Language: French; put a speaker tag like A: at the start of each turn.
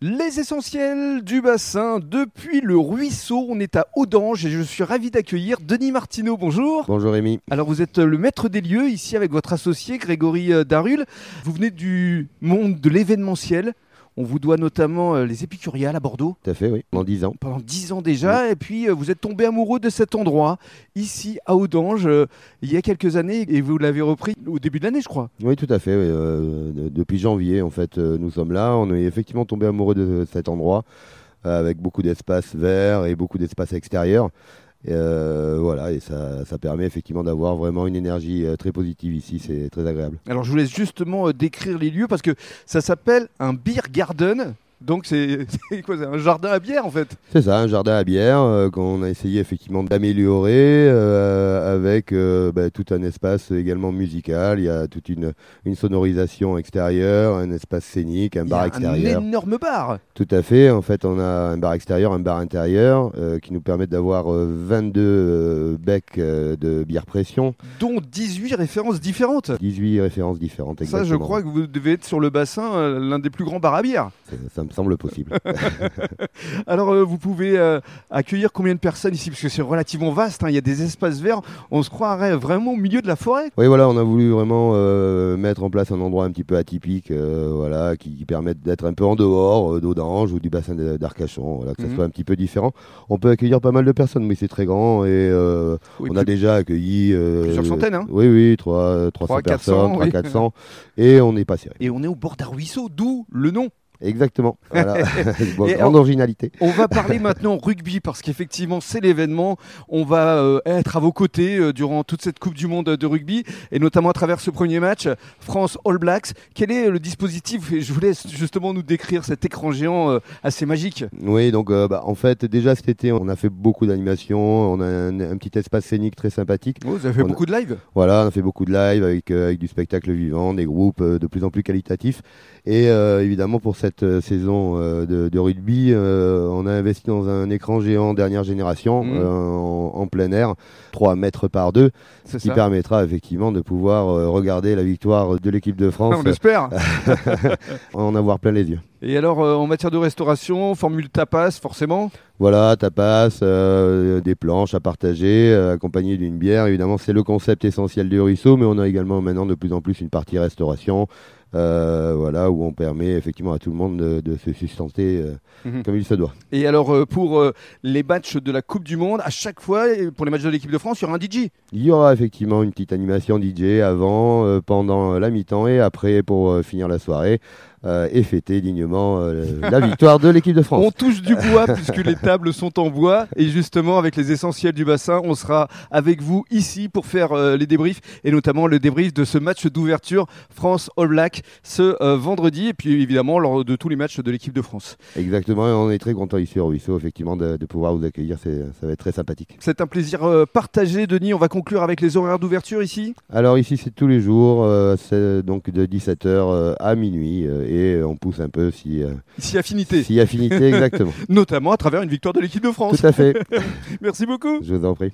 A: Les essentiels du bassin, depuis le ruisseau, on est à Audange et je suis ravi d'accueillir Denis Martineau, bonjour.
B: Bonjour Rémi.
A: Alors vous êtes le maître des lieux ici avec votre associé Grégory euh, Darul. Vous venez du monde de l'événementiel. On vous doit notamment euh, les épicuriales à Bordeaux
B: Tout à fait, oui. Dans 10 ans.
A: pendant dix ans déjà et puis euh, vous êtes tombé amoureux de cet endroit ici à Audange euh, il y a quelques années et vous l'avez repris au début de l'année je crois.
B: Oui, tout à fait. oui. Euh, de- depuis janvier, en fait, euh, nous sommes là. On est effectivement tombé amoureux de cet endroit euh, avec beaucoup d'espace vert et beaucoup d'espace extérieur. Et, euh, voilà, et ça, ça permet effectivement d'avoir vraiment une énergie euh, très positive ici. C'est très agréable.
A: Alors je vous laisse justement euh, décrire les lieux parce que ça s'appelle un beer garden. Donc c'est c'est quoi c'est un jardin à bière en fait.
B: C'est ça, un jardin à bière euh, qu'on a essayé effectivement d'améliorer euh, avec euh, bah, tout un espace également musical. Il y a toute une, une sonorisation extérieure, un espace scénique, un
A: Il y a
B: bar extérieur.
A: Un énorme bar.
B: Tout à fait. En fait, on a un bar extérieur, un bar intérieur euh, qui nous permettent d'avoir euh, 22 euh, becs euh, de bière pression,
A: dont 18 références différentes.
B: 18 références différentes.
A: Ça, je crois que vous devez être sur le bassin euh, l'un des plus grands bars à bière.
B: Ça, ça me semble possible.
A: Alors, euh, vous pouvez euh, accueillir combien de personnes ici Parce que c'est relativement vaste, hein, il y a des espaces verts. On se croirait vraiment au milieu de la forêt.
B: oui, voilà, on a voulu vraiment euh, mettre en place un endroit un petit peu atypique, euh, voilà, qui, qui permette d'être un peu en dehors euh, d'Audange ou du bassin de- d'Arcachon, voilà, que ça
A: Mhm.
B: soit un petit peu différent. On peut accueillir pas mal de personnes, mais c'est très grand et euh,
A: Oui,
B: on a
A: plus-
B: déjà accueilli euh,
A: plusieurs centaines, hein.
B: Oui, oui, 3, 300
A: Trois, quatre
B: personnes,
A: cents,
B: 300,
A: oui.
B: 400, et on n'est pas serré.
A: Et on est au bord d'un ruisseau, d'où le nom.
B: Exactement. Voilà. Bon,
A: Et
B: grande
A: on-
B: originalité.
A: On va parler maintenant rugby parce qu'effectivement c'est l'événement. On va euh, être à vos côtés euh, durant toute cette Coupe du Monde de rugby et notamment à travers ce premier match France All Blacks. Quel est le dispositif Et Je vous laisse justement nous décrire cet écran géant euh, assez magique.
B: Oui, donc euh, bah, en fait, déjà cet été, on a fait beaucoup d'animations. On a un, un petit espace scénique très sympathique.
A: Oh, vous avez fait
B: On a-
A: beaucoup de live.
B: Voilà, on a fait beaucoup de live avec, euh, avec du spectacle vivant, des groupes euh, de plus en plus qualitatifs. Et euh, évidemment, pour cette euh, saison euh, de, de rugby, euh, on a investi dans un écran géant dernière génération
A: Mhm.
B: euh, en, en plein air, 3 mètres par 2,
A: C'est
B: qui
A: ça.
B: permettra effectivement de pouvoir euh, regarder la victoire de l'équipe de France,
A: on l'espère.
B: euh, en avoir plein les yeux.
A: Et alors euh, en matière de restauration, formule tapas forcément.
B: Voilà, tapas, euh, des planches à partager, euh, accompagnées d'une bière. Évidemment, c'est le concept essentiel du ruisseau, mais on a également maintenant de plus en plus une partie restauration, euh, voilà, où on permet effectivement à tout le monde de, de se sustenter euh,
A: Mhm.
B: comme il se doit.
A: Et alors euh, pour euh, les matchs de la Coupe du Monde, à chaque fois et pour les matchs de l'équipe de France, il y aura un DJ.
B: Il y aura effectivement une petite animation DJ avant, euh, pendant la mi-temps et après pour euh, finir la soirée euh, et fêter dignement euh, la victoire de l'équipe de France.
A: On touche du bois puisque les tables sont en bois et justement avec les essentiels du bassin, on sera avec vous ici pour faire euh, les débriefs et notamment le débrief de ce match d'ouverture France All Black ce euh, vendredi et puis évidemment lors de tous les matchs de l'équipe de France.
B: Exactement, et on est très content ici au ruisseau effectivement de, de pouvoir vous accueillir, C'est- ça va être très sympathique.
A: C'est un plaisir euh, partagé Denis, on va conclure avec les horaires d'ouverture ici.
B: Alors ici c'est tous les jours, euh, c'est donc de 17h à minuit euh, et on pousse un peu si, euh,
A: Ici affinité,
B: si affinité exactement.
A: notamment à travers une victoire de l'équipe de France.
B: Tout à fait,
A: Merci beaucoup.
B: je vous en prie.